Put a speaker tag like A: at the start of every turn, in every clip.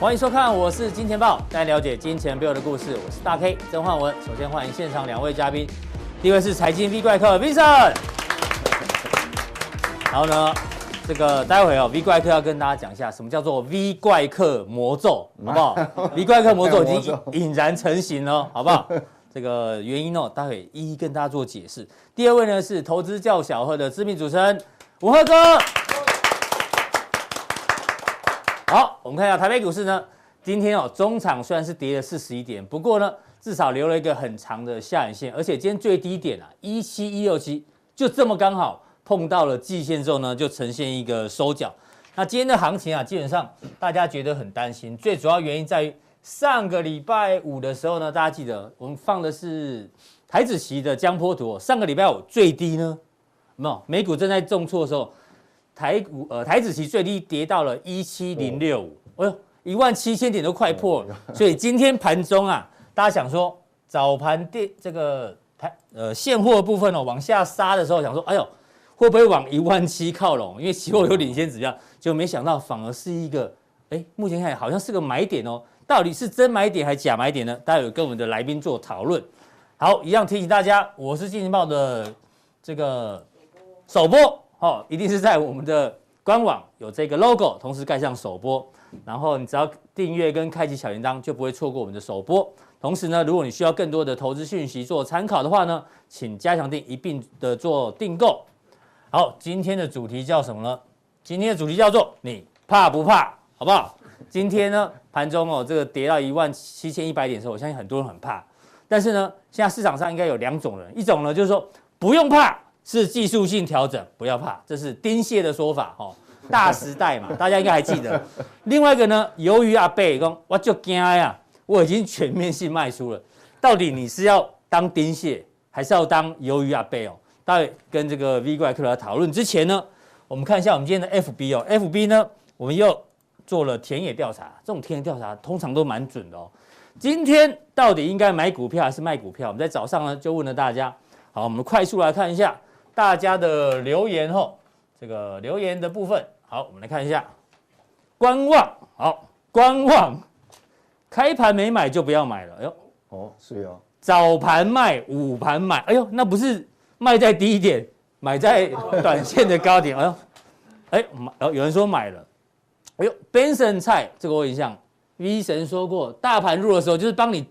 A: 欢迎收看，我是金钱豹，带你了解金钱背后的故事。我是大 K 曾焕文。首先欢迎现场两位嘉宾，第一位是财经 V 怪客 Vincent，然后呢，这个待会哦 V 怪客要跟大家讲一下什么叫做 V 怪客魔咒，好不好？V 怪客魔咒已经
B: 魔咒
A: 已然成型了，好不好？这个原因哦，待会一一跟大家做解释。第二位呢是投资较小贺的知名主持人吴贺哥。好，我们看一下台北股市呢，今天哦，中场虽然是跌了四十一点，不过呢，至少留了一个很长的下影线，而且今天最低点啊，一七一六七，就这么刚好碰到了季线之后呢，就呈现一个收脚。那今天的行情啊，基本上大家觉得很担心，最主要原因在于上个礼拜五的时候呢，大家记得我们放的是台子期的江波图哦、上个礼拜五最低呢，有没有美股正在重挫的时候，台股呃台子期最低跌到了一七零六五，哎呦，一万七千点都快破了。所以今天盘中啊，大家想说早盘跌这个台呃现货的部分哦往下杀的时候，想说哎呦会不会往一万七靠拢？因为期货有领先指标，就没想到反而是一个哎目前看起来好像是个买点哦，到底是真买点还是假买点呢？待会跟我们的来宾做讨论。好，一样提醒大家，我是金钱豹的这个首播哦，一定是在我们的官网有这个 logo，同时盖上首播，然后你只要订阅跟开启小铃铛，就不会错过我们的首播。同时呢，如果你需要更多的投资讯息做参考的话呢，请加强定一并的做订购。好，今天的主题叫什么呢？今天的主题叫做你怕不怕，好不好？今天呢，盘中哦，这个跌到一万七千一百点的时候，我相信很多人很怕。但是呢，现在市场上应该有两种人，一种呢就是说不用怕，是技术性调整，不要怕，这是丁蟹的说法哦，大时代嘛，大家应该还记得。另外一个呢，由于阿贝讲我就惊呀，我已经全面性卖出了，到底你是要当丁蟹，还是要当鱿鱼阿贝哦？待会跟这个 V 怪客来讨论之前呢，我们看一下我们今天的 FB 哦，FB 呢，我们又做了田野调查，这种田野调查通常都蛮准的哦。今天到底应该买股票还是卖股票？我们在早上呢就问了大家。好，我们快速来看一下大家的留言后，这个留言的部分。好，我们来看一下观望。好，观望，开盘没买就不要买了。哎呦，
B: 哦，是哦，
A: 早盘卖，午盘买。哎呦，那不是卖在低点，买在短线的高点。哎呦，哎，买，哦，有人说买了。哎呦，Benson 菜这个我有印象，V 神说过，大盘弱的时候就是帮你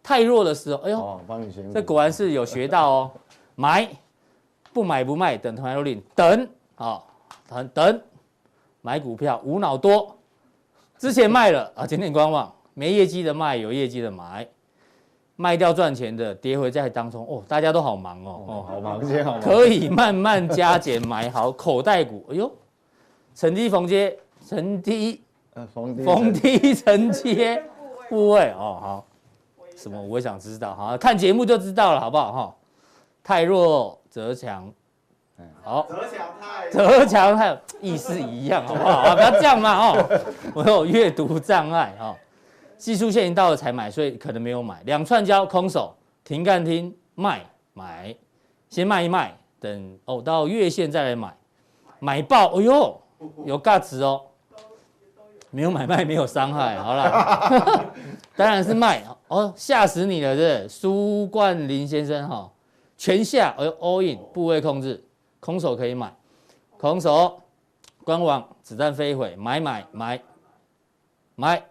A: 太弱的时候。哎呦，
B: 哦，帮你选股。
A: 这果然是有学到哦，买不买不卖，等团友领等啊、哦等等买股票无脑多，之前卖了啊，今天观望，没业绩的卖，有业绩的买，卖掉赚钱的跌回在当中哦，大家都好忙哦哦
B: 哦，，好忙，今天好忙。
A: 可以慢慢加减买好口袋股，哎呦，趁低逢接，趁低
B: 呃，逢低
A: 逢低承接部位哦，好，什么我想知道，好看节目就知道了，好不好哈？太弱则强，好，
C: 折强太
A: 则强还有意思一样，好不好？啊，不要这样嘛哦，我有阅读障碍哦，技术线已经到了才买，所以可能没有买。两串交空手停干听卖买，先卖一卖，等哦到月线再来买，买爆，哎呦，有价值哦。没有买卖，没有伤害，好啦，当然是卖哦，吓死你了，是不是苏冠林先生哈、全下，哎呦，all in 部位控制，空手可以买，空手，官网子弹飞一会，买买买买，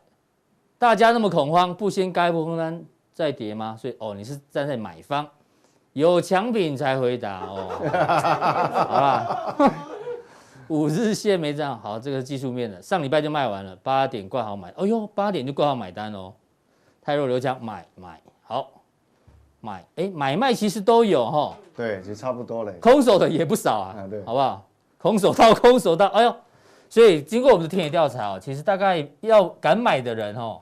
A: 大家那么恐慌，不先该不空单再跌吗？所以哦，你是站在买方，有强品才回答哦，好啦，五日线没站好，这个是技术面的，上礼拜就卖完了，八点挂好买，哎呦，八点就挂好买单哦，泰弱流强买买好。买哎，买卖其实都有哈、
B: 对，其实差不多嘞。
A: 空手的也不少啊，
B: 啊对
A: 好不好？空手道，空手道，哎呦，所以经过我们的田野调查哦，其实大概要敢买的人哦，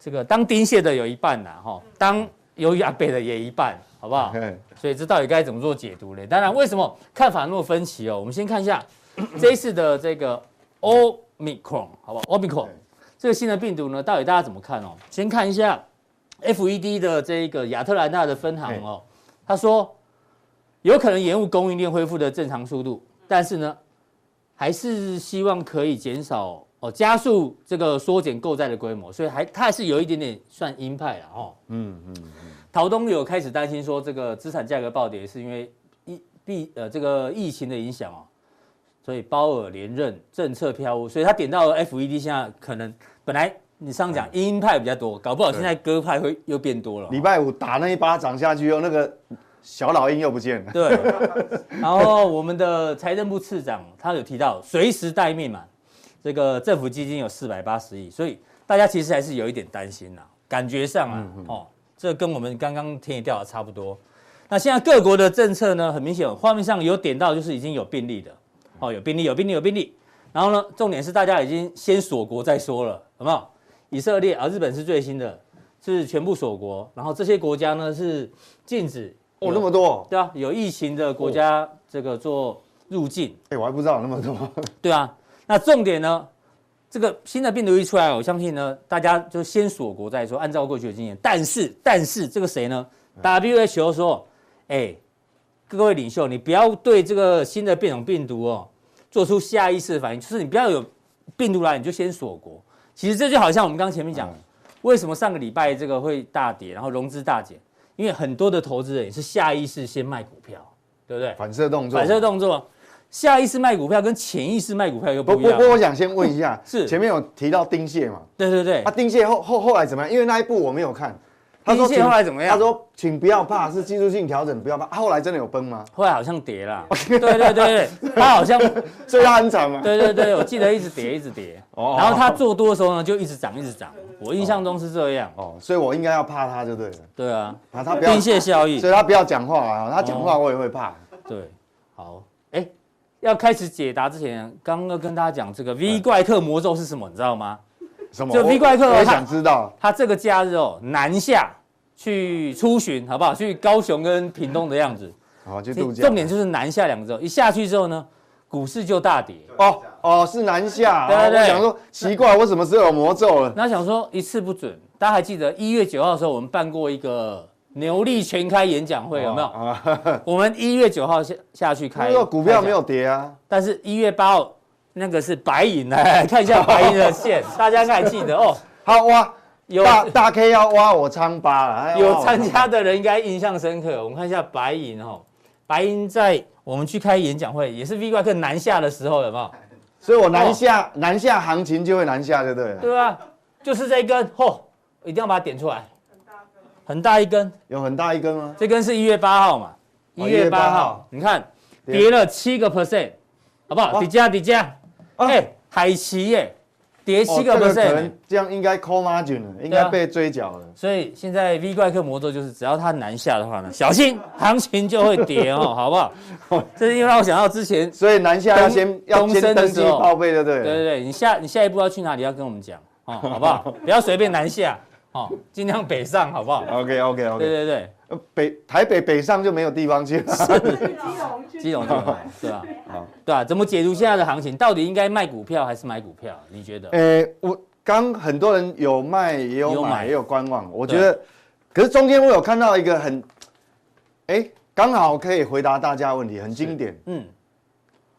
A: 这个当丁蟹的有一半呐、哈、当鱿鱼阿贝的也一半，好不好？
B: 嘿
A: 所以这到底该怎么做解读嘞？当然，为什么看法那么分歧哦？我们先看一下这一次的这个 Omicron，好不好？Omicron
B: 对
A: 这个新的病毒呢，到底大家怎么看哦？先看一下 FED 的这个亚特兰大的分行哦，他说有可能延误供应链恢复的正常速度，但是呢，还是希望可以减少哦，加速这个缩减购债的规模，所以还它还是有一点点算鹰派了哦。
B: 嗯嗯，
A: 陶东有开始担心说，这个资产价格暴跌是因为疫疫呃这个疫情的影响哦，所以鲍尔连任政策飘忽，所以他点到了 FED 现在可能本来你上讲鹰派比较多，搞不好现在鸽派会又变多了哦、
B: 礼拜五打那一巴掌下去又那个小老鹰又不见了。
A: 对，然后我们的财政部次长他有提到随时待命嘛，这个政府基金有四百八十亿，所以大家其实还是有一点担心啦，感觉上啊，哦，这跟我们刚刚田野调查差不多。那现在各国的政策呢，很明显，画面上有点到就是已经有病例的，哦，有病例，有病例，有病例。然后呢，重点是大家已经先锁国再说了，好不好？以色列啊，日本是最新的，是全部锁国，然后这些国家呢是禁止
B: 哦，那么多，
A: 对啊，有疫情的国家这个做入境，
B: 哎，我还不知道有那么多。
A: 对啊。那重点呢，这个新的病毒一出来，我相信呢，大家就先锁国再说，按照过去的经验。但是，但是这个谁呢？WHO 说，哎，各位领袖，你不要对这个新的变种病毒哦做出下意识的反应，就是你不要有病毒来你就先锁国。其实这就好像我们刚前面讲，
B: 嗯
A: 为什么上个礼拜这个会大跌，然后融资大减，因为很多的投资人也是下意识先卖股票，对不对？
B: 反射动作，
A: 反射。动作，下意识卖股票跟潜意识卖股票又
B: 不
A: 不一
B: 不不，
A: 样。
B: 我想先问一下，
A: 是
B: 前面有提到丁蟹嘛？
A: 对对对
B: 啊，，丁蟹后后后来怎么样？因为那一部我没有看。
A: 丁蟹
B: 请
A: 后来怎么样
B: 他说请不要怕，是技术性调整，不要怕。啊后来真的有崩吗？
A: 后来好像跌 了。
B: 哦
A: 对对对对，它好像
B: 所以他很惨嘛。
A: 对对对，我记得一直跌一直跌。
B: 哦
A: 然后它做多的时候呢，就一直涨一直涨。我印象中是这样。
B: 哦，所以我应该要怕他就对了，
A: 对啊，
B: 啊，他不要
A: 丁，蟹效应
B: 所。以他不要讲话啊，他
A: 哦
B: 讲话我也会怕。
A: 对，好，哎，要开始解答之前，刚刚跟大家讲这个
B: 嗯
A: V 怪客魔咒是什么，你知道吗？
B: 什么？
A: 就
B: 我
A: V 怪客啊
B: 我也
A: 他
B: 想知道。
A: 他这个假日哦，南下去出巡，好不好？去高雄跟屏东的样子。
B: 好，去哦度假。
A: 重点就是南下两个之后，一下去之后呢，股市就大跌。
B: 哦哦，是南 下。哦
A: 对对对
B: 我想说奇怪，我什么时候有魔咒了？
A: 那想说一次不准，大家还记得一月九号的时候，我们办过一个牛力全开演讲会，有没有？
B: 啊，
A: 我们一月九号下下去
B: 他
A: 开，
B: 说股票没有
A: 开奖，
B: 跌啊。
A: 但是一月八号那个是白银，来 看一下白银的 线，大家应该还记得哦。
B: 好挖，
A: 有
B: 大哦大 K 要挖我仓巴了，哎他要挖
A: 有
B: 我
A: 参
B: 仓
A: 加的人应该印象深刻。我们看一下白银哦，白银在我们去开演讲会，也是 V 怪客南下的时候，有没有？
B: 所以我南下南下行情就会南下，就对了。
A: 对啊，就是这一根，嚯、一定要把它点出来，很大一根，
B: 有很大一根吗？
A: 这根是一月八号嘛，一
B: 哦
A: 月
B: 1月
A: 八
B: 8
A: 号
B: 号，
A: 你看
B: 跌
A: 跌了七个 percent，好不好？
B: 哇
A: 底价底价，
B: 啊
A: 哎，海奇耶，跌
B: 哦
A: 七个
B: 这可
A: percent，
B: 能这样应该 call margin 了，应
A: 对啊
B: 该被追缴了。
A: 所以现在 V 怪客魔咒就是，只要它南下的话呢，小心行情就会跌 哦，好不好？这是因为让我想到之前，
B: 所以南下要先
A: 东
B: 要
A: 东升
B: 先
A: 的
B: 登
A: 时
B: 记
A: 候
B: 报备，对不
A: 对
B: 对？
A: 对对，你下你下一步要去哪里要跟我们讲哦，好不好？不要随便南下哦，尽量北上，好不好？
B: OK OK
A: 对
B: OK，
A: 对对。
B: 呃北台北北上就没有地方去了。
A: 基隆这个嘛，对吧？
B: 好
A: 对啊，怎么解读现在的行情？到底应该卖股票还是买股票？你觉得？
B: 诶，我刚很多人有卖也
A: 有
B: 有
A: 买
B: 买也有观望，我
A: 对
B: 觉得，可是中间我有看到一个很，诶，刚好可以回答大家的问题，很经典。
A: 嗯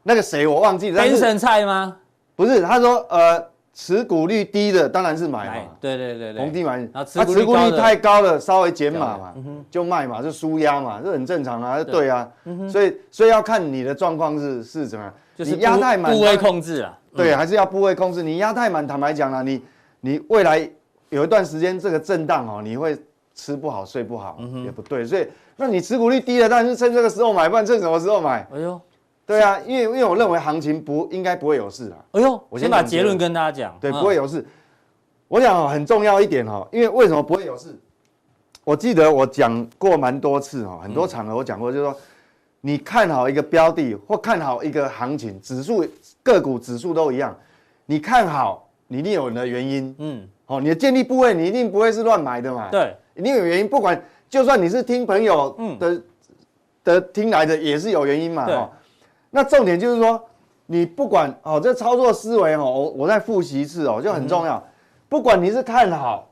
B: 那个谁我忘记，但是
A: ，Benson 菜吗？
B: 不是他说呃持股率低的当然是买
A: 买
B: 嘛，，
A: 对对对对，
B: 红地买，
A: 然后
B: 他
A: 持股率
B: 持股
A: 高
B: 率
A: 的
B: 太高了，稍微减码嘛
A: 嗯，
B: 就卖嘛，就输压嘛，这很正常啊，
A: 对嗯
B: 对啊，所以所以要看你的状况是是怎么样，
A: 就是
B: 你压太满
A: 部位控制啊。
B: 对，还是要部位控制。你压太满，坦白讲了，你你未来有一段时间这个震荡哦，你会吃不好睡不好，也不对。所以，那你持股率低了，但是趁这个时候买，不然趁什么时候买？
A: 哎呦
B: 对啊，因为因为我认为行情不应该不会有事啊，
A: 哎呦，我
B: 我
A: 先
B: 先
A: 把
B: 讲结
A: 结论
B: 论
A: 跟大家讲。
B: 对，
A: 嗯
B: 不会有事。我想哦很重要一点哦，因为为什么不会有事？我记得我讲过蛮多次哦，很多场合我讲过，就是说，你看好一个标的或看好一个行情指数、个股指数都一样，你看好，你一定有你的原因
A: 嗯，
B: 哦，你的建立部位你一定不会是乱买的嘛，，
A: 对，
B: 一定有原因，不管就算你是听朋友
A: 嗯
B: 的、的听来的，也是有原因嘛，
A: 对
B: 哦，那重点就是说，你不管哦，这操作思维哦，我我再复习一次哦，就很重要。不管你是看好、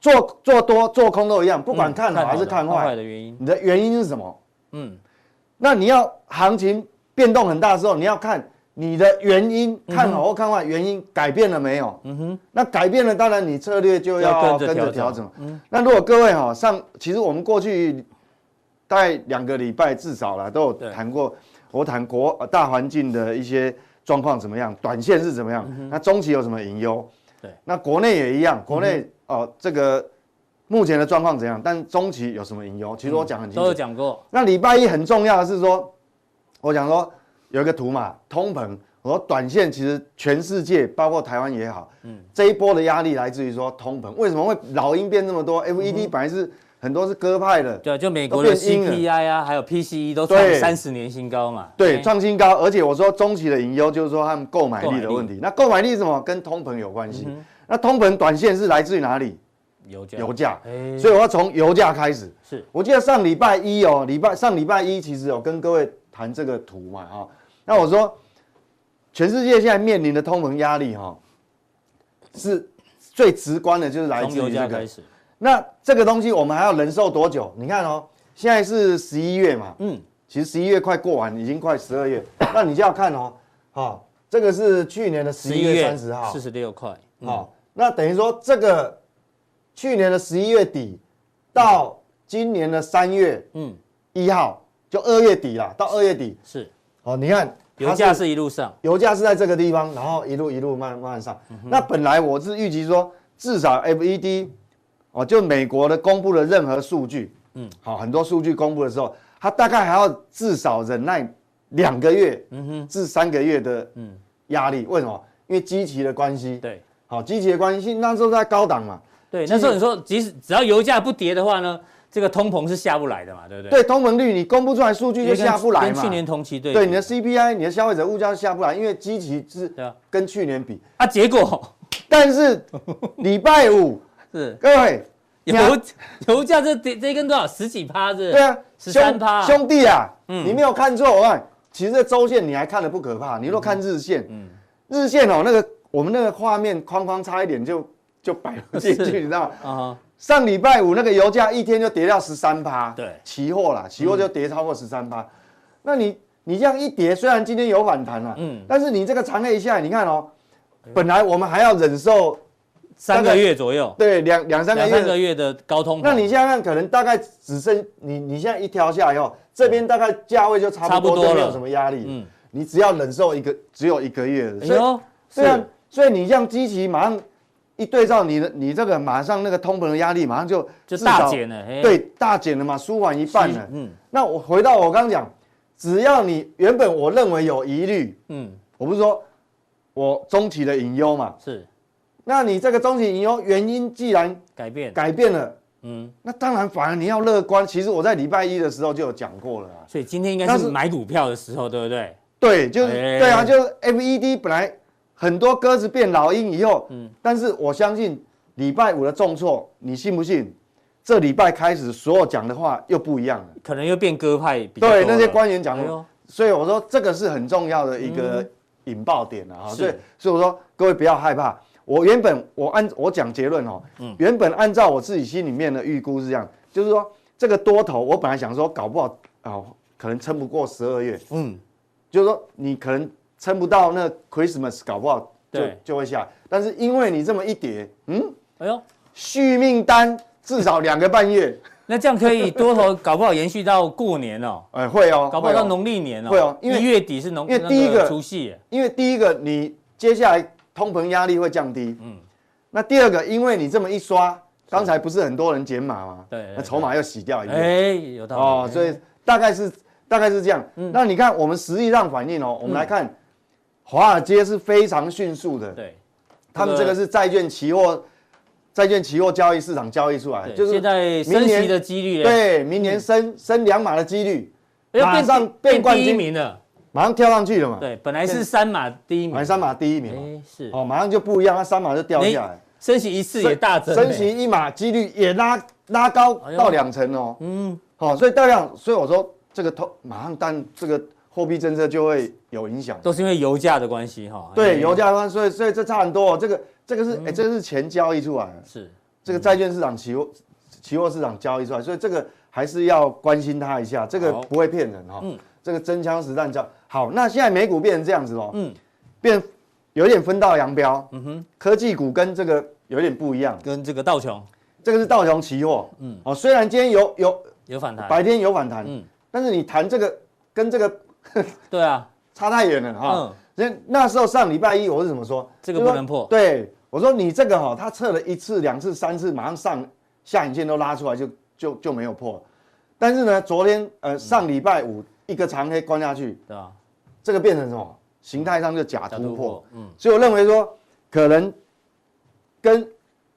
B: 做做多、做空都一样，不管
A: 嗯
B: 看好还是
A: 的
B: 看
A: 看
B: 坏，
A: 坏的原因。
B: 你的原因是什么？
A: 嗯，
B: 那你要行情变动很大的时候，你要看你的原因看
A: 嗯
B: 好或看坏原因改变了没有？嗯哼，那改变了，当然你策略就
A: 要
B: 要
A: 跟着
B: 跟着
A: 调
B: 调
A: 整嗯
B: 整。那如果各位哈、上其实我们过去大概两个礼拜至少啦，都有
A: 对
B: 谈过，我谈国呃大环境的一些状况怎么样，短线是怎
A: 嗯
B: 么样，那中期有什么隐忧？
A: 对，
B: 那国内也一样，国内哦、这个目前的状况怎样，但中期有什么隐忧？其实我嗯讲很清
A: 都
B: 楚
A: 有。讲过，
B: 那礼拜一很重要的是说，我讲说有一个图嘛，通膨。我说短线其实全世界，包括台湾也好，嗯，这一波的压力来自于说通膨。为什么会老鹰变这么多？FED 本来是很多是鸽派的，
A: 对，就美国的
B: 都变硬了
A: CPI 啊，还有 PCE 都创
B: 对
A: 三十年新高嘛，
B: 对，
A: 哎
B: 创新高。而且我说中期的隐忧就是说他们购买力嗯的问题。那购买力是什么？跟通膨有关系。那通膨短线是来自于哪里？
A: 油价，
B: 油价。
A: 哎，
B: 所以我要从油价开始。
A: 是
B: 我记得上礼拜一哦，礼拜上礼拜一其实有跟各位谈这个图嘛，哈、那我说，全世界现在面临的通膨压力哈、是最直观的，就是来
A: 从
B: 自
A: 油
B: 于
A: 价
B: 这
A: 开
B: 个。
A: 始，
B: 那这个东西我们还要忍受多久？你看哦，现在是十一月嘛，
A: 嗯，
B: 其实十一月快过完，已经快十二月。那你就要看哦，哈、这个是去年的十一月三十号，
A: 四十六块，嗯
B: 好、那等于说这个去年的十一月底到今年的三月
A: 嗯，
B: 一号，就二月底啦，到二月底，
A: 是
B: 哦，你看它
A: 油价是一路上，
B: 油价是在这个地方，然后一路一路慢慢慢上。
A: 嗯
B: 那本来我是预期说，至少 FED 哦，就美国的公布的任何数据，嗯，好，很多数据公布的时候，它大概还要至少忍耐两个月，嗯哼，至三个月的嗯压力。为什么？因为基期的关系，
A: 对
B: 好，基期的关系，那时候在高档嘛，
A: 对，
B: 其实
A: 那时候你说即使只要油价不跌的话呢，这个通膨是下不来的嘛，对不对？
B: 对，通膨率你公布出来数据
A: 因
B: 就
A: 为跟
B: 下不来
A: 跟
B: 嘛，
A: 去年同期对比，
B: 对你的 CPI，你的消费者物价下不来，因为基期是
A: 对啊
B: 跟去年比，
A: 啊，结 果
B: 但是礼拜五
A: 是
B: 各位，
A: 油
B: 你啊
A: 油价这跌这一根多少十几趴是？
B: 对啊，
A: 13
B: 兄
A: 趴啊
B: 兄弟啊，你没有看错，我看其实这周线你还看的不可怕，你
A: 嗯
B: 若看日线，日线哦，那个我们那个画面框框差一点就就摆不 进
A: 是
B: 去，你知道吗？
A: 啊哈，
B: 上礼拜五那个油价一天就跌到十三趴，
A: 对嗯
B: 期货啦，期货就跌超过十三趴。那你你这样一跌，虽然今天有反弹了、
A: 嗯
B: 嗯，但是你这个长黑下来，你看哦，本来我们还要忍受
A: 三个月左右，
B: 对两两三个
A: 两
B: 月，
A: 三个月的高通膨，
B: 那你现在看，可能大概只剩你你现在一调下来以后，这边大概价位就差
A: 差
B: 不
A: 不
B: 多，
A: 多
B: 就没有
A: 了
B: 什么压力，
A: 嗯
B: 嗯，你只要忍受一个只有一个月的，
A: 哎
B: 所以
A: 呦，
B: 对啊
A: 是，
B: 所以你像基期马上一对照你的你这个马上那个通膨的压力马上就
A: 就
B: 至
A: 大
B: 少
A: 减了，嘿
B: 对，大减了嘛，舒缓一半了。
A: 嗯
B: 那我回到我刚讲，只要你原本我认为有疑虑，
A: 嗯
B: 我不是说我中期的隐忧嘛，
A: 是
B: 那你这个中期隐忧原因既然
A: 改变，
B: 改变了，
A: 嗯，
B: 那当然反而你要乐观。其实我在礼拜一的时候就有讲过了啊，
A: 所以今天应该
B: 但
A: 是
B: 是
A: 买股票的时候，对不对？
B: 对，就是、
A: 哎
B: 对啊，就是 FED 本来很多鸽子变老鹰以后，嗯，但是我相信礼拜五的重挫，你信不信？这礼拜开始，所有讲的话又不一样了。
A: 可能又变鸽派比较多
B: 对
A: 了，
B: 那些官员讲
A: 哎
B: 的
A: 呦，
B: 所以我说这个是很重要的一个引爆点啊，哈
A: 嗯是
B: 所以所以我说各位不要害怕。我原本我按我讲结论哦，
A: 嗯
B: 原本按照我自己心里面的预估是这样，就是说这个多头，我本来想说搞不好啊、可能撑不过十二月，
A: 嗯，
B: 就是说你可能撑不到那 Christmas，搞不好就
A: 对
B: 就会下来。但是因为你这么一跌，嗯，
A: 哎呦，
B: 续命单至少两个半月，
A: 那这样可以多头搞不好延续到过年哦，
B: 哎、会哦，
A: 搞不好到
B: 会哦
A: 农历年哦，
B: 会哦因为
A: 一月底是农，
B: 因为
A: 那
B: 第一个
A: 除夕耶，
B: 因为第一个，你接下来通膨压力会降低，嗯，那第二个，因为你这么一刷，刚才不是很多人减码吗？
A: 嗯对对
B: 那筹码又洗掉一遍，
A: 哎，嗯有道理
B: 哦，所以大概是大概是这样。那你看我们实际上反应
A: 嗯
B: 哦，我们来看，华尔街是非常迅速的，
A: 对，
B: 他们这个是债券期货。债券期货交易市场交易出来，
A: 对
B: 就是
A: 现在升
B: 明年
A: 息的几率嗯嘞，
B: 对明年升升两码的几率，
A: 哎呦
B: 马
A: 变
B: 上变冠
A: 第一
B: 军啊
A: 名了，
B: 马上跳上去了嘛，
A: 对，本来是三马第一名，
B: 买三码第一名嘛，
A: 哎是，
B: 哦，马上就不一样，它三码就掉下来
A: 哎，升息一次也大增嘞，哎
B: 升息一码几率也拉拉高到两成哦。
A: 嗯
B: 嗯，好，所以大量，所以我说这个通马上，但这个货币政策就会有影响。
A: 都是因为油价的关系哈，哎
B: 对，油
A: 价
B: 价关，所以所以这差很多、哦。这个这个是哎、这个是钱交易出来的，
A: 是。
B: 这个债券市场、期货期货市场交易出来，所以这个还是要关心它一下，这个
A: 好
B: 不会骗人哈、哦。这个真枪实弹叫好。那现在美股变成这样子哦，
A: 嗯，
B: 变有点分道扬镳。嗯哼，科技股跟这个有点不一样，
A: 跟这个道琼
B: 这个是道琼期货。嗯，哦，虽然今天有有
A: 有反弹，
B: 白天有反弹，
A: 嗯
B: 但是你谈这个跟这个
A: 对啊，
B: 差太远了哈。
A: 嗯，
B: 那、那时候上礼拜一我是怎么说？
A: 这个
B: 就说
A: 不能破
B: 对，我说你这个哈、它测了一次、两次、三次，马上上下影线都拉出来就，就就没有破。但是呢，昨天呃上礼拜五一个长黑关下去，
A: 对吧？
B: 这个变成什么？形态上就假
A: 假
B: 突
A: 突
B: 破啊
A: 破，，嗯，
B: 所以我认为说，可能跟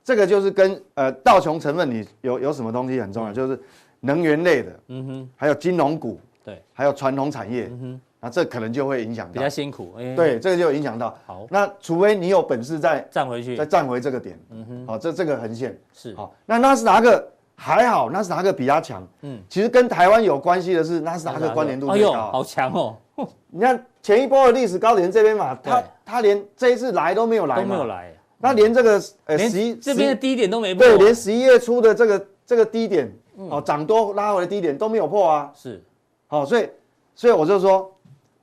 B: 这个就是跟呃道琼成分里有有什么东西很重要，就是能源类的，
A: 嗯哼，
B: 还有金融股，
A: 对，嗯
B: 还有传统产业，
A: 哼
B: 那这可能就会影响
A: 比
B: 到
A: 较，辛苦，哎，，
B: 对，这个就有影响到。
A: 好，
B: 那除非你有本事再
A: 站回去
B: 再站回这个点，嗯哼，好、这这个横线，
A: 是
B: 好、那纳斯达克还好，纳斯达克比它强，
A: 嗯
B: 嗯，其实跟台湾有关系的是纳斯达克关联度
A: 哎
B: 最
A: 呦，
B: 高啊、
A: 好强哦，
B: 你看前一波的历史高点这边嘛，它
A: 对
B: 它连这一次来都没有来，
A: 都没有，来，
B: 那连这个呃
A: 连
B: 十一
A: 这边的
B: 十
A: 低点都没
B: 一
A: 破，
B: 对，连十一月初的这个这个低点，哦，涨多拉回的低点都没有破啊，
A: 是，
B: 好，所以所以我就说，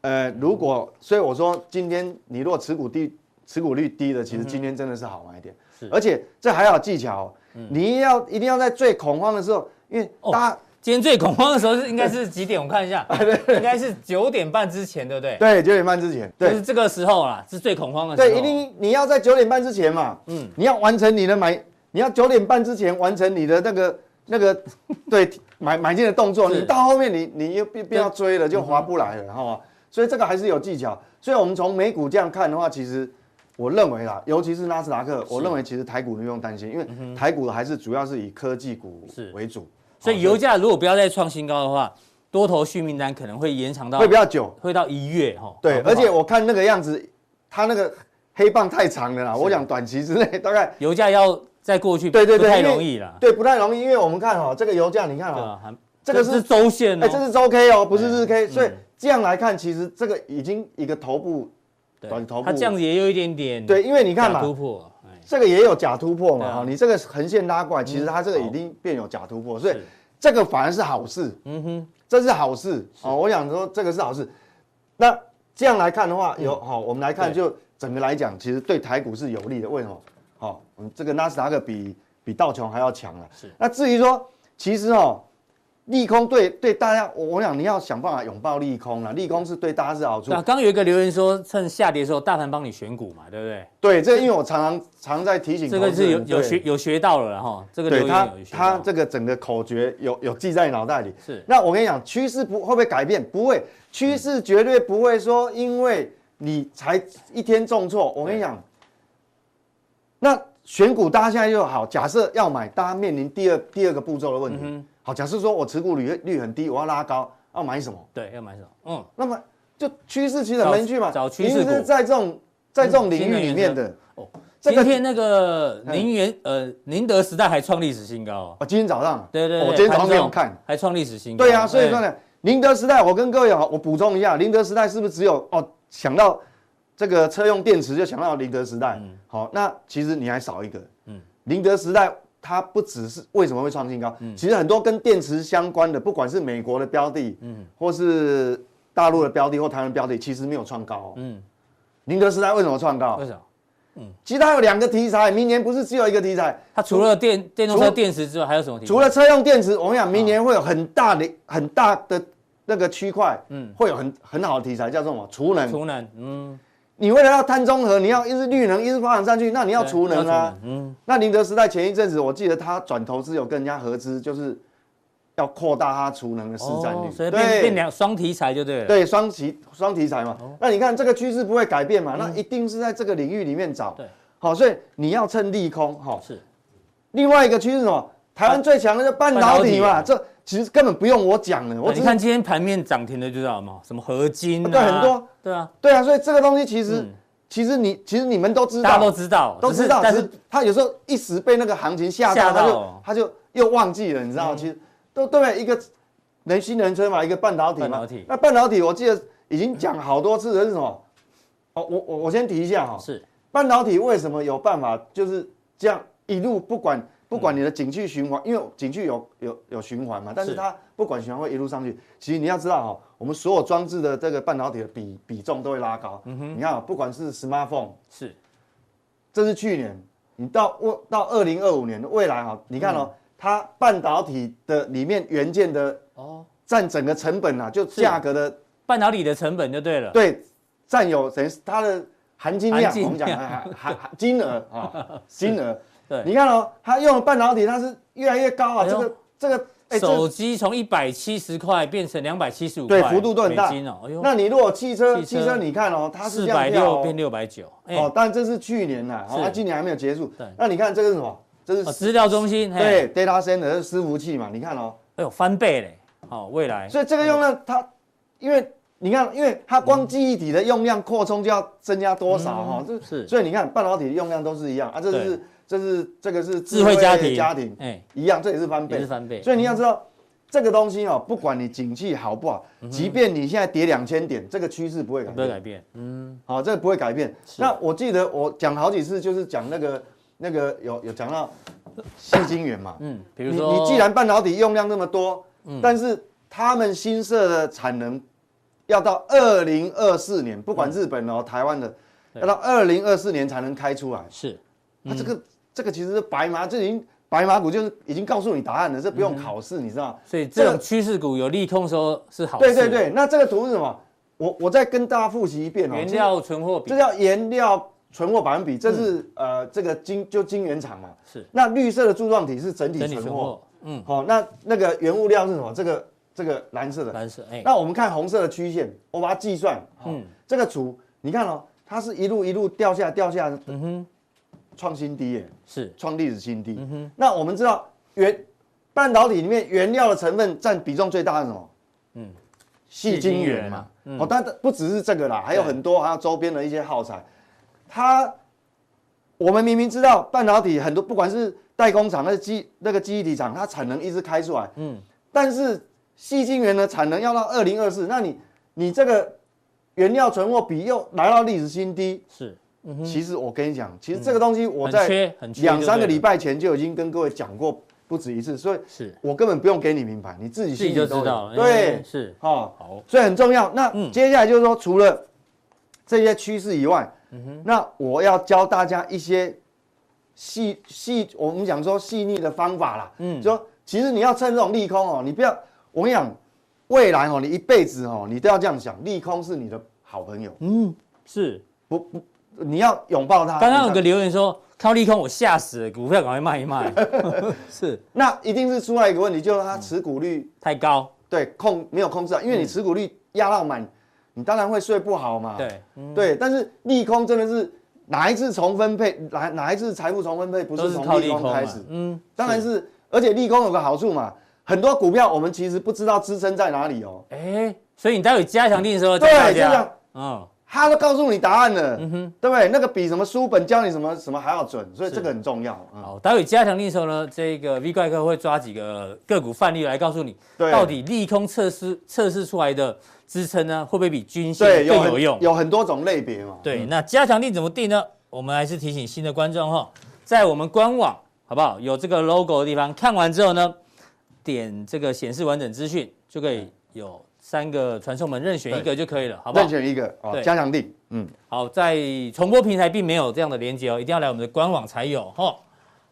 B: 呃，如果所以我说今天你如果持股低，持股率低的，其实今天真的是好买点，
A: 嗯是嗯
B: 而且这还有技巧哦，你要一定要在最恐慌的时候，因为
A: 哦
B: 大家
A: 今天最恐慌的时候是应该是几点？我看一 下，应该是九点半之前，对不对？
B: 对九点半之前，对
A: 就。是这个时候啦，是最恐慌的时候。
B: 对，一定你要在九点半之前嘛，
A: 嗯
B: 嗯，你要完成你的买，你要九点半之前完成你的那个那个 对买买进的动作，
A: 是嗯
B: 你到后面你你又变变要追了，就划不来了哈、所以这个还是有技巧。所以我们从美股这样看的话，其实我认为啦，尤其是纳斯达克，我认为其实台股你不用担心，因为台股还是主要是以科技股
A: 嗯是
B: 为主，哦
A: 所以油价如果不要再创新高的话，多头续命单可能会延长到
B: 会比较久。
A: 会到一月哈。
B: 对，
A: 好哦不好
B: 而且我看那个样子，它那个黑棒太长了啦，我想短期之内 大概。
A: 油价要再过去，
B: 对对对
A: 不太
B: 因为
A: 容易啦。
B: 对，不太容易，因为我们看哈、这个油价，你看
A: 对
B: 哈、
A: 啊，还
B: 这个是
A: 周线
B: 哎、
A: 哦，
B: 这是周 K 哦，不是日 K，、
A: 嗯
B: 所以这样来看，其实这个已经一个头部，
A: 对
B: 短头部
A: 它这样子也有一点点
B: 对，因为你看
A: 嗯假突
B: 嘛，
A: 破，哎
B: 这个也有假突破
A: 对
B: 嘛，
A: 啊
B: 哈、你这个横线拉过来，其实它这个
A: 好
B: 已经变有假突破，所以
A: 是
B: 这个反而是好事，
A: 嗯哼，
B: 这是好事哦，我想说这个是好事。那这样来看的话，有好、我们来看
A: 嗯对
B: 就整个来讲，其实对台股是有利的。为什么？好、我们这个纳斯达克比比道琼还要强了。
A: 是。
B: 那至于说，其实哦，利空对对大家，我我想你要想办法拥抱利空了。利空是对大家是好处
A: 对啊，。刚刚有一个留言说，趁下跌的时候，大盘帮你选股嘛，对不对？
B: 对，这个因为我常常常在提醒
A: 这个
B: 投资
A: 是有
B: 人
A: 有
B: 对
A: 学有学到了哈，这个留
B: 对他
A: 言有学
B: 他
A: 到。
B: 这个整个口诀有有记在脑袋里。
A: 是
B: 那我跟你讲，趋势不会不会改变？不会，趋势
A: 嗯
B: 绝对不会说因为你才一天重挫。我跟你讲，那选股大家现在就好，假设要买，大家面临第二第二个步骤的问题。
A: 嗯
B: 好，假设说我持股率率很低，我要拉高，要买什么？
A: 对，要买什么？嗯，
B: 那么就趋势其实很难去嘛，
A: 找找趋
B: 一定
A: 势股嗯
B: 是在这种在这种领
A: 新
B: 域
A: 能源
B: 里面
A: 车
B: 的。
A: 哦，
B: 这个
A: 今天那个宁元呃宁德时代还创历史新高哦，
B: 哦，今天早上，
A: 对对
B: 我
A: 对，
B: 今天早上没
A: 盘
B: 有
A: 中
B: 看。
A: 还创历史新高，
B: 对啊，所以说
A: 哎
B: 呢，宁德时代，我跟各位好，我补充一下，宁德时代是不是只有哦想到这个车用电池就想到宁德时代？
A: 嗯
B: 好，那其实你还少一个，嗯，宁德时代它不只是为什么会创新高，
A: 嗯
B: 其实很多跟电池相关的，不管是美国的标的，嗯，或是大陆的标的或台湾的标的，其实没有创高、
A: 嗯
B: 嗯，宁德时代为什么创高
A: 为？什么？
B: 其实它有两个题材，明年不是只有一个题材，
A: 它除了电电动车
B: 除
A: 电池之外，还有什么题材？
B: 除了车用电池，我跟你讲，明年会有很大的、很大的那个区块，嗯，会有很很好的题材，叫做什么？储能。
A: 储能，嗯，
B: 你为了要碳中和，你要一直绿能，一直发展上去，那你要
A: 对
B: 储能
A: 要
B: 啊
A: 储。嗯，
B: 那宁德时代前一阵子，我记得他转投资有跟人家合资，就是要扩大它储能的市占
A: 哦所
B: 率。
A: 以变变
B: 对
A: 两哦双题材就对了。
B: 对，双题双题材嘛。那你看这个趋势不会改变嘛？那一定是在这个领域里面找
A: 嗯对。
B: 好，所以你要趁利空，好，
A: 是
B: 另外一个趋势是什么？台湾最强的就是半导体嘛，
A: 半导体
B: 这其实根本不用我讲了，我
A: 啊
B: 只
A: 你
B: 是、
A: 看今天盘面涨停的就知道嘛，什么合金啊，
B: 对很多，
A: 对啊，
B: 对啊，所以这个东西其实、
A: 嗯
B: 其实你其实你们都知道，
A: 大家都知道，
B: 都
A: 只是
B: 知道，
A: 但
B: 只
A: 是
B: 是他有时候一时被那个行情吓
A: 吓
B: 到，
A: 到嗯
B: 他
A: 哦
B: 就他就又忘记了，你知道吗？其实都对不对？一个人新能源车嘛，一个半导体嘛，
A: 半导体
B: 那半导体我记得已经讲好多次了，是什么？哦，我我我先提一下哈、
A: 是
B: 半导体为什么有办法就是这样一路不管不管你的景气循环，因为景气有有有循环嘛，但是
A: 是
B: 它不管循环会一路上去。其实你要知道哦，我们所有装置的这个半导体的比比重都会拉高。你看哦，不管是 smartphone，
A: 是
B: 这是去年，你到未到二零二五年未来哈、你看哦，它半导体的里面元件的
A: 哦，
B: 占整个成本啊，就价格的
A: 半导体的成本就对了，
B: 对，占有等于是它的含金量
A: 含，金
B: 我们讲
A: 量
B: 含含含金额啊、金额。
A: 对
B: 你看哦，它用的半导体它是越来越高啊，
A: 哎
B: 这
A: 呦
B: 个这个，哎，这
A: 手机从一百七十块变成两百七十五块，
B: 对幅度都很大
A: 美金哦，哎呦，
B: 那你如果汽车
A: 汽车
B: 汽车，你看哦，它
A: 四
B: 是这样
A: 百
B: 跳
A: 六
B: 哦
A: 变，六百九，哎，
B: 哦，但这是去年呐，好，
A: 是
B: 它今年还没有结束
A: 对。
B: 那你看这个是什么？这
A: 哦
B: 是
A: 资料中心，嘿，
B: 对 data center 这是伺服器嘛？你看哦，
A: 哎呦翻倍嘞，好，未来
B: 所以这个
A: 嗯
B: 用量它，因为你看，因为它光记忆体的用量扩充就要增加多少
A: 嗯
B: 哈？这
A: 是
B: 所以你看半导体的用量都是一样啊，这是这是这个是
A: 智慧家庭，
B: 家庭
A: 哎，
B: 一样，这也是翻
A: 也
B: 倍
A: 是。翻倍，
B: 所以你要知道这个东西哦，不管你景气好不好，即便你现在跌两千点，这个趋势不会改
A: 嗯不会
B: 变
A: 改。变，嗯，
B: 好、这个不会改变。那我记得我讲好几次，就是讲那个那个有有讲到细晶圆嘛，
A: 嗯，比
B: 你
A: 如说嗯
B: 你既然半导体用量那么多，但是他们新设的产能要到二零二四年，不管日本哦、
A: 嗯
B: 台湾的，要到二零二四年才能开出来。
A: 是
B: 那、这
A: 嗯
B: 个这个其实是白马，这已经白马股就是已经告诉你答案了，这不用考试，
A: 嗯
B: 你知道吗？
A: 所以这
B: 这个
A: 种趋势股有利空的时候是好事，
B: 对对，对，那这个图是什么？我我再跟大家复习一遍哦，
A: 原料存货比
B: 这叫原料存货百分比，这是、呃这个晶就晶圆厂嘛。
A: 嗯是
B: 那绿色的柱状体是整体
A: 整体
B: 存
A: 存
B: 货。
A: 货，嗯，
B: 好、那那个原物料是什么？这个这个蓝色的。
A: 蓝色，哎，
B: 那我们看红色的曲线，我把它计算。嗯，这个图你看哦，它是一路一路掉下掉下，嗯哼，创新低耶，
A: 是
B: 创历史新低。嗯哼，那我们知道原半导体里面原料的成分占比重最大的是什么？嗯，细晶圆嘛。哦，但不只是这个啦，还有
A: 对
B: 很多，还有周边的一些耗材。它，我们明明知道半导体很多，不管是代工厂、那个机那个记忆体厂，它产能一直开出来，嗯，但是细晶圆的产能要到二零二四，那你你这个原料存货比又来到历史新低，
A: 是，
B: 其实我跟你讲，其实这个东西我
A: 嗯很
B: 在
A: 缺很缺
B: 两三
A: 就
B: 个
A: 对了
B: 礼拜前就已经跟各位讲过不止一次，所以
A: 是
B: 我根本不用给你明牌，你自己
A: 自
B: 心
A: 己
B: 里
A: 就
B: 都
A: 知道
B: 有
A: 了，
B: 对
A: 哎，是
B: 哦，
A: 好，嗯
B: 所以很重要。那接下来就是说，除了这些趋势以外，
A: 嗯
B: 那我要教大家一些细细，我们讲说细腻的方法啦。嗯，就说其实你要趁这种利空哦，你不要，我跟你讲，未来哦，你一辈子哦，你都要这样想，利空是你的好朋友，
A: 是。
B: 不不，你要拥抱它。
A: 嗯刚刚有
B: 你
A: 个
B: 看
A: 留言说，看到利空我吓死了，股票赶快卖一卖，是
B: 那一定是出来一个问题，就是它持股率
A: 太高，
B: 对控没有控制好，因
A: 嗯
B: 为你持股率压到满，你当然会睡不好嘛。
A: 对，
B: 对，但是利空真的是哪一次重分配，哪哪一次财富重分配不
A: 都
B: 是
A: 是
B: 从
A: 靠
B: 利
A: 利空
B: 空
A: 嘛
B: 开始？
A: 嗯，
B: 当然是，而且利空有个好处嘛，很多股票我们其实不知道支撑在哪里哦。
A: 哎，所以你待会加强定的时候再
B: 对
A: 大
B: 就这样
A: 家，嗯，
B: 他都告诉你答案了，对不对？那个比什么书本教你什么什么还要准，所以这个很重要。嗯，
A: 好，待会加强定的时候呢，这个 V 怪客会抓几个个股范例来告诉你，
B: 对
A: 到底利空测试测试出来的支撑呢，会不会比均线
B: 对，
A: 更
B: 很
A: 有用？
B: 有很嗯多种类别嘛。
A: 对，那加强力怎么定呢？我们还是提醒新的观众哈，在我们官网好不好？有这个 logo 的地方，看完之后呢，点这个显示完整资讯，就可以有三个传送门，任选一个就可以了，好不好
B: 任？选一个哦
A: 对，
B: 加强定，嗯，
A: 好，在重播平台并没有这样的连接哦，一定要来我们的官网才有哈。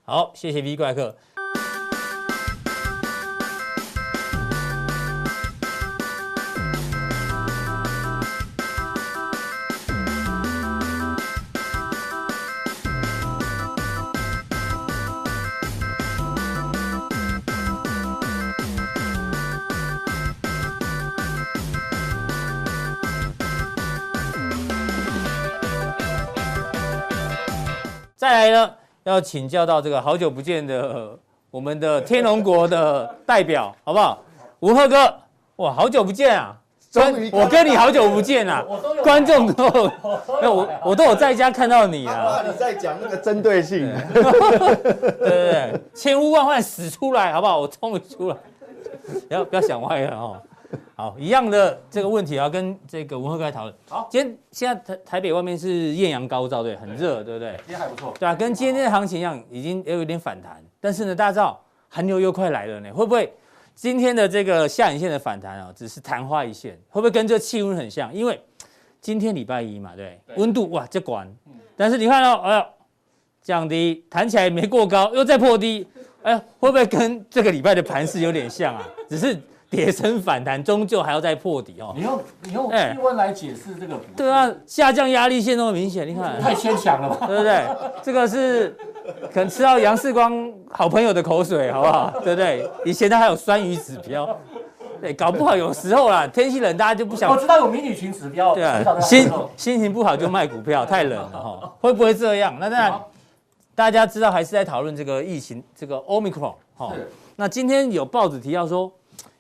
A: 好，谢谢 V 怪客。再来呢，要请教到这个好久不见的呃我们的天龙国的代表，好不好？吴赫哥，哇，好久不见啊！
B: 终于看到
A: 我跟你好久不见啊！观众都有，那我我都有在家看到你啊！
B: 啊，你在讲那个针对性，
A: 对对对，千呼万唤始出来，好不好？我终于出来，不要不要想歪了哦。好，一样的这个问题啊，跟这个文赫哥来讨论。
C: 好，
A: 今天现在台台北外面是艳阳高照，对，很热，对不对？
C: 今天还不错。
A: 对啊，跟今天的行情一样，已经有一点反弹，但是呢，大家知道寒流又快来了呢，会不会今天的这个下影线的反弹啊，只是昙花一现，会不会跟这气温很像？因为今天礼拜一嘛，对，
C: 对
A: 温度哇这管，但是你看到、哦，哎呦，降低弹起来没过高，又再破低，哎，会不会跟这个礼拜的盘势有点像啊？只是跌升反弹，终究还要再破底哦。
C: 你用你用
A: 哎
C: 气温来解释这个不是，
A: 对啊，下降压力线那么明显，你看。
C: 太牵强了吧？
A: 对不对？这个是可能吃到杨世光好朋友的口水，好不好？对不对？以前他还有酸雨指标，对，搞不好有时候啦，天气冷，大家就不
C: 我
A: 想。
C: 知道有迷你群指标，
A: 对
C: 知道
A: 啊，
C: 在
A: 心
C: 哪里
A: 心情不好就卖股票，太冷了哈，会不会这样？那当然，大家知道还是在讨论这个疫情，这个 Omicron 哈
C: 是。
A: 那今天有报纸提到说，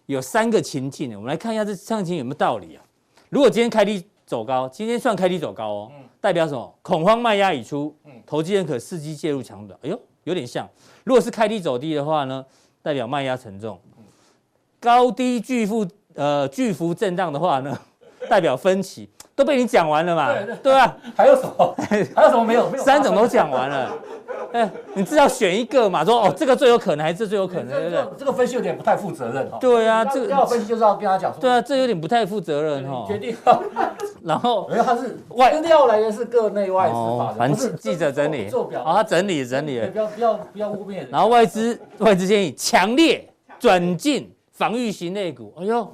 A: 有三个情境，我们来看一下这上情有没有道理啊？如果今天开低走高，今天算开低走高哦，
C: 嗯
A: 代表什么？恐慌卖压已出，投机人可伺机介入强短。哎呦，有点像。如果是开低走低的话呢，代表卖压沉重；
C: 嗯
A: 高低巨幅呃巨幅震荡的话呢， 代表分歧。都被你讲完了嘛？
C: 对对
A: 对啊，
C: 还有什么？还有什么 没有？没有
A: 三种都讲完 了。哎，你至少选一个嘛，说哦，这个最有可能，还是这最有可能，对
C: 这
A: 不对？
C: 个这个分析有点不太负责任哈。
A: 对啊，这
C: 这个要
A: 个
C: 分析就是要跟他讲说，
A: 对啊，这有点不太负责任
C: 你
A: 哦
C: 决。定要，
A: 然后
C: 因为他是
A: 外
C: 资料来源是各内外司法
A: 哦，
C: 的，
A: 反
C: 不是
A: 正记者整理，
C: 做
A: 好，
C: 表，
A: 他整理整理
C: 对
A: 了
C: 不。要不要不要污蔑人。
A: 然后外资外资建议强烈转进防御型类股，哎呦，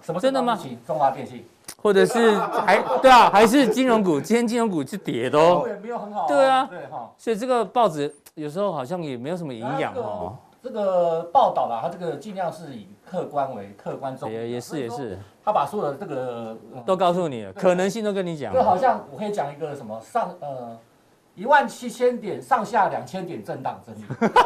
C: 什么是
A: 真的吗
C: 中华电信？中华电信，
A: 或者是 还对啊，还是金融股，今天金融股是跌的
C: 中
A: 哦。
C: 也没有很好哦。
A: 对啊
C: 对哈。
A: 所以这个报纸有时候好像也没有什么营养哦。
C: 这个报道啦，他这个尽量是以客观为客观中立啊
A: 也也是也，
C: 所以说
A: 是，
C: 他把所有的这个呃
A: 都告诉你了，可能性都跟你讲
C: 就好
A: 了。
C: 像我可以讲一个什么上呃一万七千点上下两千点震荡整理，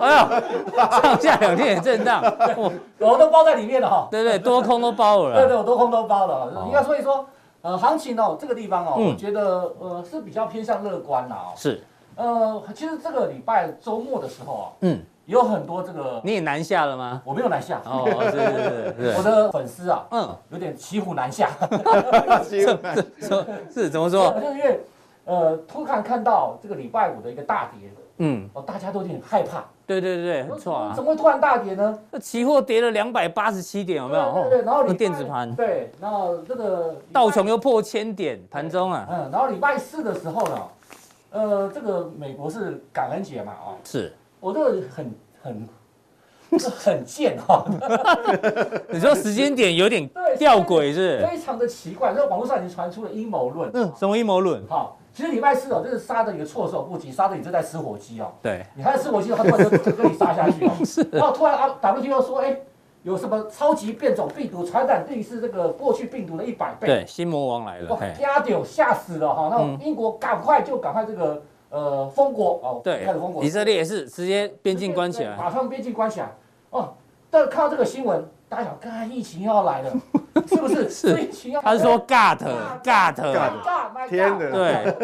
A: 哎呦，上下两天也震荡，哇
C: 我都包在里面了哈。
A: 对对，多空都包
C: 对
A: 了
C: 对，
A: 啦。
C: 我都空都包
A: 哦
C: 了。应该所以说，呃，行情哦，这个地方哦，
A: 嗯
C: 我觉得呃是比较偏向乐观啦哦。
A: 是，
C: 呃，其实这个礼拜周末的时候啊，
A: 嗯，
C: 有很多这个
A: 你也南下了吗？
C: 我没有南下，
A: 哦，是是是
C: 我
A: 是，
C: 的粉丝啊
A: 嗯，
C: 有点骑虎难下，
A: 是是怎么说？
C: 就是因为呃突然看到这个礼拜五的一个大跌，
A: 嗯，
C: 哦，大家都有点害怕，
A: 对对对，很错啊
C: 怎。么会突然大跌呢？
A: 那期货跌了两百八十七点，有没有？哦
C: 对对对，然后
A: 那
C: 礼拜
A: 电子盘，
C: 对，然后这个礼拜
A: 道琼又破千点，盘中啊，
C: 嗯，然后礼拜四的时候呢，呃，这个美国是感恩节嘛，哦，
A: 是
C: 我这个很很很贱 哈、哦，
A: 你说时间点有点
C: 对，
A: 吊诡是
C: 非常的奇怪，这网络上已经传出了阴谋论，哦
A: 不是？嗯，什么阴谋论？
C: 好、其实礼拜四哦，就是杀的你个措手不及，杀的你正在吃火鸡哦，
A: 对，
C: 你还在吃火鸡，他突然就跟你杀下 去哦，然后突然啊，WTO 说，哎，有什么超级变种病毒传染率是这个过去病毒的一百倍，
A: 对，新魔王来了，
C: 哇啊
A: 嘿，
C: 压掉吓死了哈！
A: 嗯
C: 那英国赶快就赶快这个呃封国哦，
A: 对
C: 开始封，国，
A: 以色列也啊是直接边境关起来，
C: 马上边境关起来哦。但看到这个新闻，大家想，看疫情 要来了，是不是？
A: 是
C: 疫情要来
A: 他
C: 了
A: 是说 God
C: 尬
A: God，
C: 尬尬尬
B: 天哪
A: 对，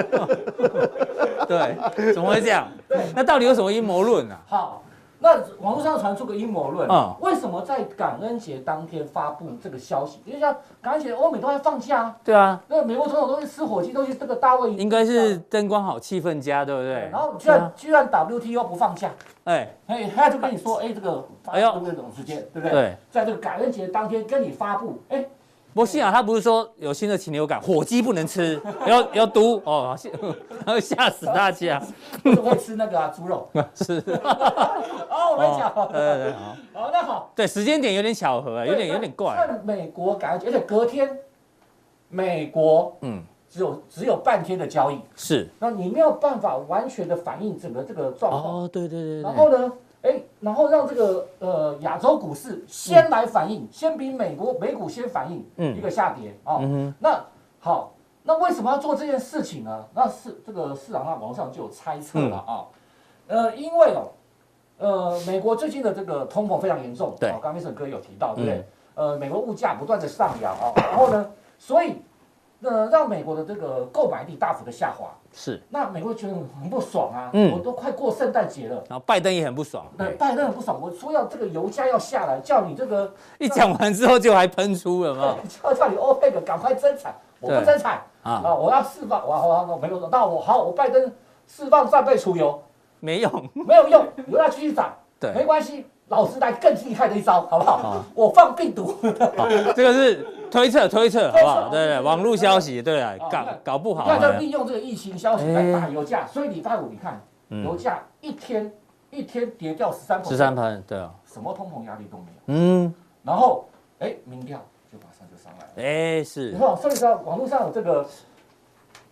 A: 对，怎么会这样？那到底有什么阴谋论啊？
C: 好。那网络上传出个阴谋论
A: 嗯，
C: 为什么在感恩节当天发布这个消息？因为像感恩节，欧美都在放假啊，
A: 对啊，
C: 那美国总统都去吃火鸡，都去这个大卫营
A: 应该是灯光好，气氛佳，对不对
C: 啊然？后居
A: 对
C: 然
A: 啊
C: 居然 WTO 不放假，
A: 哎，
C: 哎，他就跟你说，哎，这个
A: 哎呦
C: 发布那种时间，对不对？
A: 对。
C: 在这个感恩节当天跟你发布，哎，
A: 不信啊，他不是说有新的禽流感，火鸡不能吃，要要毒哦，吓他会 吓死大家。
C: 我只会吃那个啊猪肉。
A: 是，
C: 哦，我跟你讲，
A: 哦对对对，好
C: 好，那好，
A: 对，时间点有点巧合，有点有点怪。
C: 趁美国感恩节，而且隔天美国
A: 嗯，
C: 只有只有半天的交易，
A: 是。
C: 那你没有办法完全的反映整个这个状况。
A: 哦，对对对
C: 然
A: 对，
C: 后呢，哎，然后让这个呃亚洲股市先来反应，先比美国美股先反应
A: 嗯
C: 一个下跌啊。
A: 嗯哼，
C: 那好，那为什么要做这件事情呢？那是这个市场上网上就有猜测了
A: 嗯
C: 啊、呃，因为哦，呃，美国最近的这个通膨非常严重，
A: 对嗯
C: 哦刚刚 Mason 哥有提到，对不对？呃，美国物价不断的上扬啊、哦，然后呢，所以那让美国的这个购买力大幅的下滑，
A: 是，
C: 那美国觉得很不爽啊，
A: 嗯
C: 我都快过圣诞节了。
A: 然后拜登也很不爽，
C: 那拜登很不爽，我说要这个油价要下来，叫你这个，
A: 一讲完之后就还喷出了嘛，
C: 叫叫你 OPEC 赶快增产，我不
A: 啊对
C: 增产
A: 啊，
C: 啊，我要释放，我我我没有，那我好，我拜登释放战备储油
A: 没用，
C: 没有用，油价继续涨，没
A: 对，
C: 关系，老子来更厉害的一招，好不好？
A: 好
C: 我放病毒，
A: 好，这个是推测推测，好不好？
C: 推测
A: 对对，
C: 推测
A: 网络消息，对啊
C: 哦，
A: 搞
C: 对
A: 搞不 好
C: 那就
A: 啊，
C: 利用这个疫情消息来打油价，所以礼拜五你看油
A: 嗯，
C: 价一天一天跌掉十三，
A: 十三，盘，对啊，
C: 什么通膨压力都没有，
A: 嗯，
C: 然后哎民调就马上就上来了。
A: 哎是
C: 你，看，所以说网络上有这个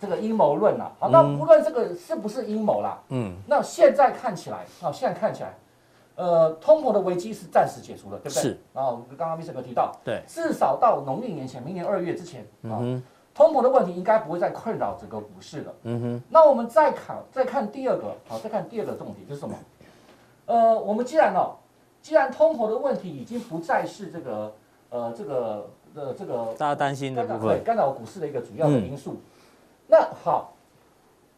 C: 这个阴谋论啦、好，那
A: 嗯
C: 不论这个是不是阴谋啦，
A: 嗯，
C: 那现在看起来，啊，现在看起来，呃，通膨的危机是暂时解除了，对不对？
A: 是。
C: 啊，我们刚刚 Mr. 哥提到，
A: 对，
C: 至少到农历年前，明年二月之前，
A: 嗯
C: 啊，
A: 哼，
C: 通膨的问题应该不会再困扰整个股市了。
A: 嗯哼，
C: 那我们再看，再看第二个，啊好，再看第二个重点就是什么？呃，我们既然哦，既然通膨的问题已经不再是这个，呃，这个，呃，这个
A: 大家担心的
C: 干扰
A: 部
C: 对
A: 分，嗯
C: 干扰股市的一个主要的因素。那好，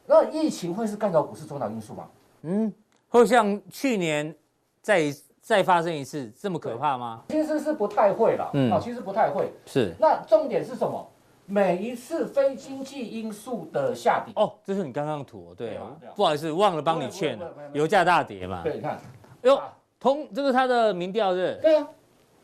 C: 那疫情会是干扰股市重要因素吗？
A: 嗯，会像去年再再发生一次这么可怕吗？
C: 其实是不太会啦，
A: 嗯
C: 啊，其实不太会。
A: 是，
C: 那重点是什么？每一次非经济因素的下跌，
A: 哦，这是你刚刚的图哦，对
C: 对啊对啊，
A: 不好意思，忘了帮你
C: 不会
A: 劝
C: 不会
A: 了
C: 不，会
A: 油价大跌嘛，
C: 对，你看，
A: 哟
C: 打
A: 通这个他的民调是
C: 对啊，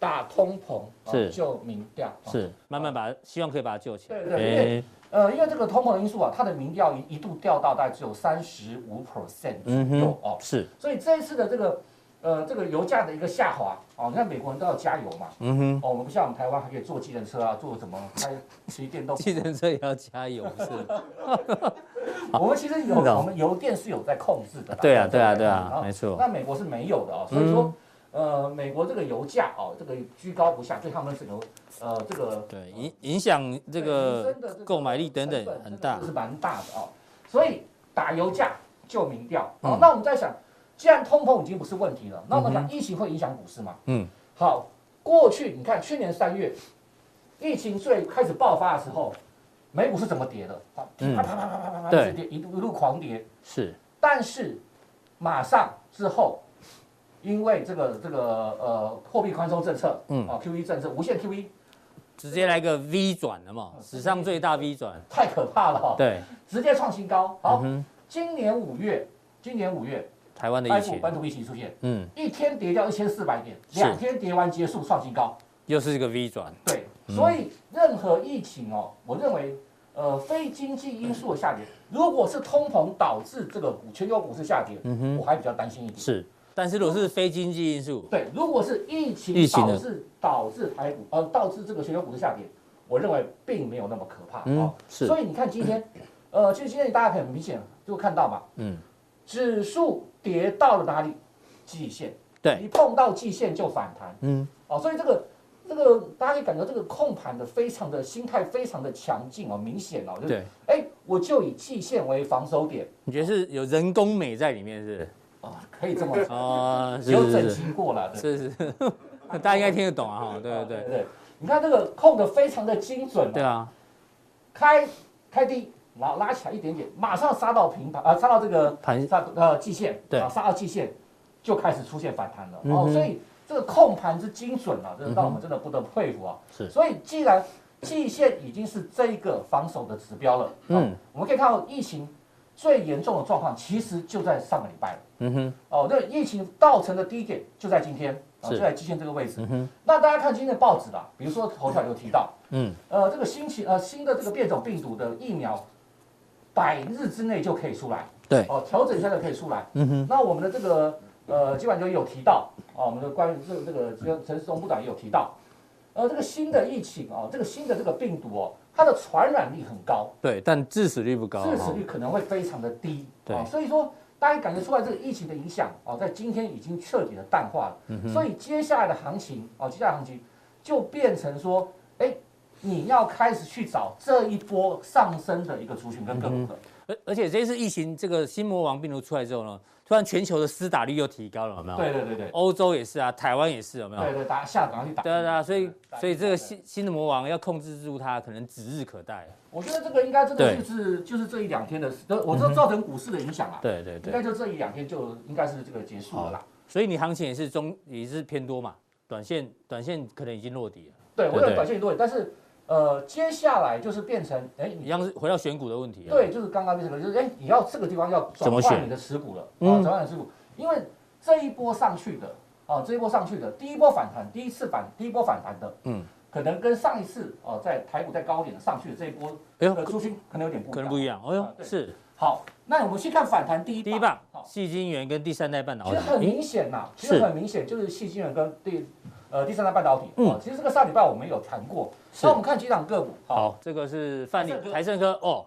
C: 打通膨啊
A: 是
C: 就民调啊
A: 是哦慢慢把希望可以把它救起来，
C: 对对因为
A: 哎
C: 呃，因为这个通膨的因素啊，它的民调一一度掉到大概只有三十五 percent 左
A: 嗯
C: 右
A: 哼
C: 哦，
A: 是，
C: 所以这一次的这个呃这个油价的一个下滑哦，你看美国人都要加油嘛，
A: 嗯哼，。
C: 哦，我们不像我们台湾还可以坐计程车啊，坐什么开骑电动
A: 计程车也要加油 是，
C: 我们其实 有
A: 是的
C: 我们油电是有在控制的啦。
A: 对啊对啊
C: 不
A: 对啊，
C: 然后
A: 没错，嗯
C: 那美国是没有的哦，所以说，呃，美国这个油价哦，这个居高不下，对他们整个呃这个
A: 对影影响这
C: 对
A: 个
C: 民生的这个
A: 购买力等等
C: 成本
A: 很大
C: 真的是蛮大的哦。所以打油价救民调。好
A: 嗯，
C: 那我们在想，既然通膨已经不是问题了，那我们
A: 嗯
C: 讲疫情会影响股市吗？
A: 嗯，
C: 好，过去你看去年三月，疫情最开始爆发的时候，美股是怎么跌的？啊
A: 嗯
C: 啪啪啪啪啪啪啪，
A: 对
C: 一直跌一路一路狂跌。
A: 是，
C: 但是马上之后，因为这个这个呃货币宽松政策，
A: 嗯
C: 啊 QE 政策无限 QE
A: 直接来个 V 转了
C: 哦
A: 嘛，史上最大 V 转，
C: 太可怕了、哦，
A: 对，
C: 直接创新高。
A: 嗯
C: 好，
A: 哼，
C: 今年五月，今年五月，
A: 台湾的
C: 台
A: 疫
C: 股
A: 情，
C: 本土疫情出现，
A: 嗯，
C: 一天跌掉一千四百点，
A: 是
C: 两天跌完结束创新高。
A: 又是一个 V 转，
C: 对，
A: 嗯
C: 所以任何疫情哦，我认为，呃，非经济因素的下跌，如果是通膨导致这个股全球股市下跌，
A: 嗯哼
C: 我还比较担心一点。
A: 是，但是如果是非经济因素，
C: 对，如果是疫
A: 疫
C: 情
A: 情
C: 导
A: 的
C: 致导致台股呃导致这个全球股市下跌，我认为并没有那么可怕
A: 嗯
C: 哦。，
A: 是，
C: 所以你看 今天，呃，其实今天大家很明显就看到嘛，
A: 嗯，
C: 指数跌到了哪里？季线，
A: 对，
C: 一碰到季线就反弹。
A: 嗯，
C: 哦，所以这个这个大家可以感觉这个控盘的非常的心态非常的强劲哦，明显哦，就是
A: 对。
C: 哎，我就以季线为防守点
A: 你觉得是有人工美在里面是不是？
C: 哦，可以 这么说，
A: 哦，是
C: 有整
A: 是
C: 齐过了，对
A: 是是是， 大家应该听得懂啊，哈，对
C: 哦
A: 对
C: 对
A: 对，
C: 对，你看这个控的非常的精准、
A: 对
C: 哦，
A: 啊，
C: 开开低，然后拉起来一点点，马上杀到平盘，啊，杀到这个
A: 盘
C: 杀呃季线，
A: 对
C: 啊，杀到季线就开始出现反弹了。
A: 嗯
C: 哦
A: 哼，嗯
C: 所以这个控盘之精准啊，这让我们真的不得佩服啊。
A: 是
C: 所以既然季线已经是这一个防守的指标了，
A: 嗯
C: 嗯，我们可以看到疫情最严重的状况其实就在上个礼拜了。
A: 嗯哼，
C: 哦，那疫情造成的低点就在今天，啊，
A: 是
C: 就在季线这个位置。
A: 嗯哼，
C: 那大家看今天的报纸啦，比如说头条有提到，
A: 嗯，
C: 呃，这个新型呃新的这个变种病毒的疫苗，百日之内就可以出来，
A: 对，
C: 哦，调整一下就可以出来。
A: 嗯哼，
C: 那我们的这个呃，基本上就有提到，哦，我们的关于这个这个这个陈世忠部长也有提到，呃，这个新的疫情哦，这个新的这个病毒哦，它的传染力很高，
A: 对，但致死率不高，
C: 致死
A: 哈
C: 率可能会非常的低，
A: 对
C: 哦所以说大家感觉出来这个疫情的影响哦，在今天已经彻底的淡化了，
A: 嗯
C: 所以接下来的行情哦，接下来的行情就变成说，
A: 嗯
C: 哎，你要开始去找这一波上升的一个族群跟个股了，
A: 而而且这次疫情这个新魔王病毒出来之后呢，突然全球的施打率又提高了，有没有？
C: 对对对对，
A: 欧洲也是啊，台湾也是，有没有？
C: 对对，打下岗去打。
A: 对啊对啊，所以
C: 打
A: 所以这个
C: 对
A: 新新的魔王要控制住它，可能指日可待。
C: 我觉得这个应该真的
A: 对嗯
C: 就是就是这一两天的事，呃我知道造成股市的影响啊，
A: 对对
C: 应
A: 对
C: 该，就这一两天就应该是这个结束了啦。
A: 所以你行情也是中也是偏多嘛，短线短线可能已经落底了，
C: 对，我
A: 对
C: 有
A: 对
C: 短线多，但是呃，接下来就是变成哎，
A: 一
C: 你
A: 样是回到选股的问题啊。
C: 对，就是刚刚那个，就是哎，你要这个地方要
A: 怎
C: 转
A: 么选
C: 换你的持股了，啊，
A: 嗯
C: 转换你的持股，因为这一波上去的啊，这一波上去的，第一波反弹，第一次反，第一波反弹的，
A: 嗯
C: 嗯，可能跟上一次哦，在台股在高点上去的这一波，
A: 哎呦
C: 呃，，出去可能有点不一
A: 可能
C: 样
A: 不一样。哎
C: 啊
A: 呦，
C: 对
A: 是
C: 好，那我们先看反弹第一
A: 第一棒
C: 好，
A: 细晶圆跟第三代半导
C: 其
A: 体
C: 实
A: 诶，
C: 很明显呐，其
A: 是
C: 实很明显，就是细晶圆跟第呃第三代半导体
A: 嗯
C: 啊，其实这个上礼拜我们有谈过，
A: 是
C: 那我们看几档个股，好，
A: 好，这个是范例
C: 台盛科
A: 台盛科哦，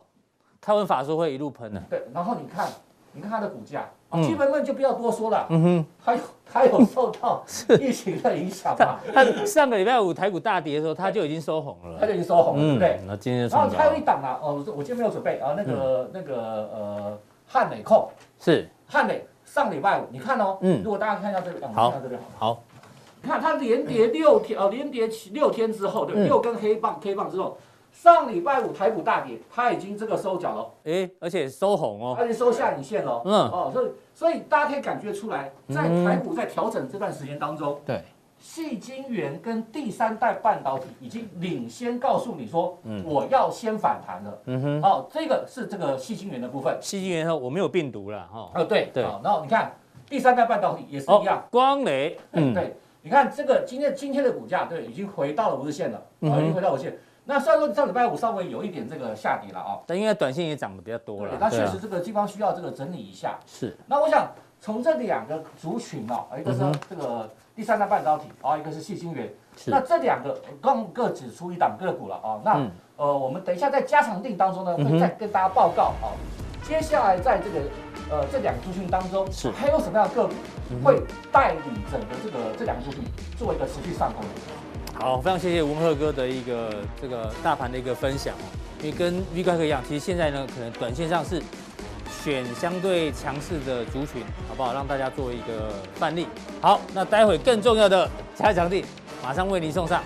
A: 开完法说会一路喷的。
C: 对，然后你看，你看它的股价，啊
A: 嗯
C: 基本面就不要多说了，
A: 嗯哼，
C: 它有它有受到疫情的影 响嘛，
A: 它上个礼拜五台股大跌的时候，它就已经收红
C: 它
A: 了。
C: 就已经收
A: 嗯
C: 红了，对不对？
A: 那今天就创
C: 然后
A: 高
C: 还有一档啊，哦，我我今天没有准备啊，那
A: 嗯
C: 个那个呃汉磊控，
A: 是
C: 汉磊上礼拜五，你看哦，
A: 嗯
C: 如果大家看一下这个，我们
A: 好
C: 看一下这边好了。
A: 好，
C: 你看它连跌六天，呃，连跌七六天之后，对不对，
A: 嗯
C: 六根黑棒 K 棒之后，上礼拜五台股大跌，它已经这个收脚了，
A: 哎，而且收红哦，
C: 它已经收下影线了。
A: 嗯
C: 哦，所以所以大家可以感觉出来，在
A: 嗯
C: 台股在调整这段时间当中，
A: 对，
C: 细晶圆跟第三代半导体已经领先告诉你说，
A: 嗯
C: 我要先反弹了。
A: 嗯哼，
C: 哦，这个是这个细晶圆的部分。
A: 细晶圆说我没有病毒了哈。
C: 哦，对，
A: 对
C: 好然后你看第三代半导体也是一样。
A: 哦，光磊，嗯，
C: 对，你看这个今天今天的股价，对，已经回到了五日线了，
A: 嗯
C: 啊，
A: 哼
C: 已经回到五日线。那虽然说上礼拜五稍微有一点这个下跌了啊，
A: 但应该短线也涨得比较多了
C: 对，。那
A: 对
C: 确
A: 啊
C: 实这个地方需要这个整理一下。
A: 是，
C: 那我想从这两个族群啊，一个是
A: 嗯哼
C: 这个第三代半导体啊，一个是细晶圆，
A: 是
C: 那这两个各各指出一档个股了啊。那
A: 嗯
C: 呃，我们等一下在加强定当中呢，
A: 嗯哼
C: 会再跟大家报告啊。接下来在这个呃这两个族群当中，
A: 是
C: 还有什么样的个股
A: 嗯哼
C: 会带领整个这个这两个族群做一个持续上攻？
A: 好，非常谢谢文赫哥的一个这个大盘的一个分享哦。因为跟 V 怪哥一样，其实现在呢，可能短线上是选相对强势的族群，好不好？让大家做一个范例。好，那待会更重要的加强地马上为您送上。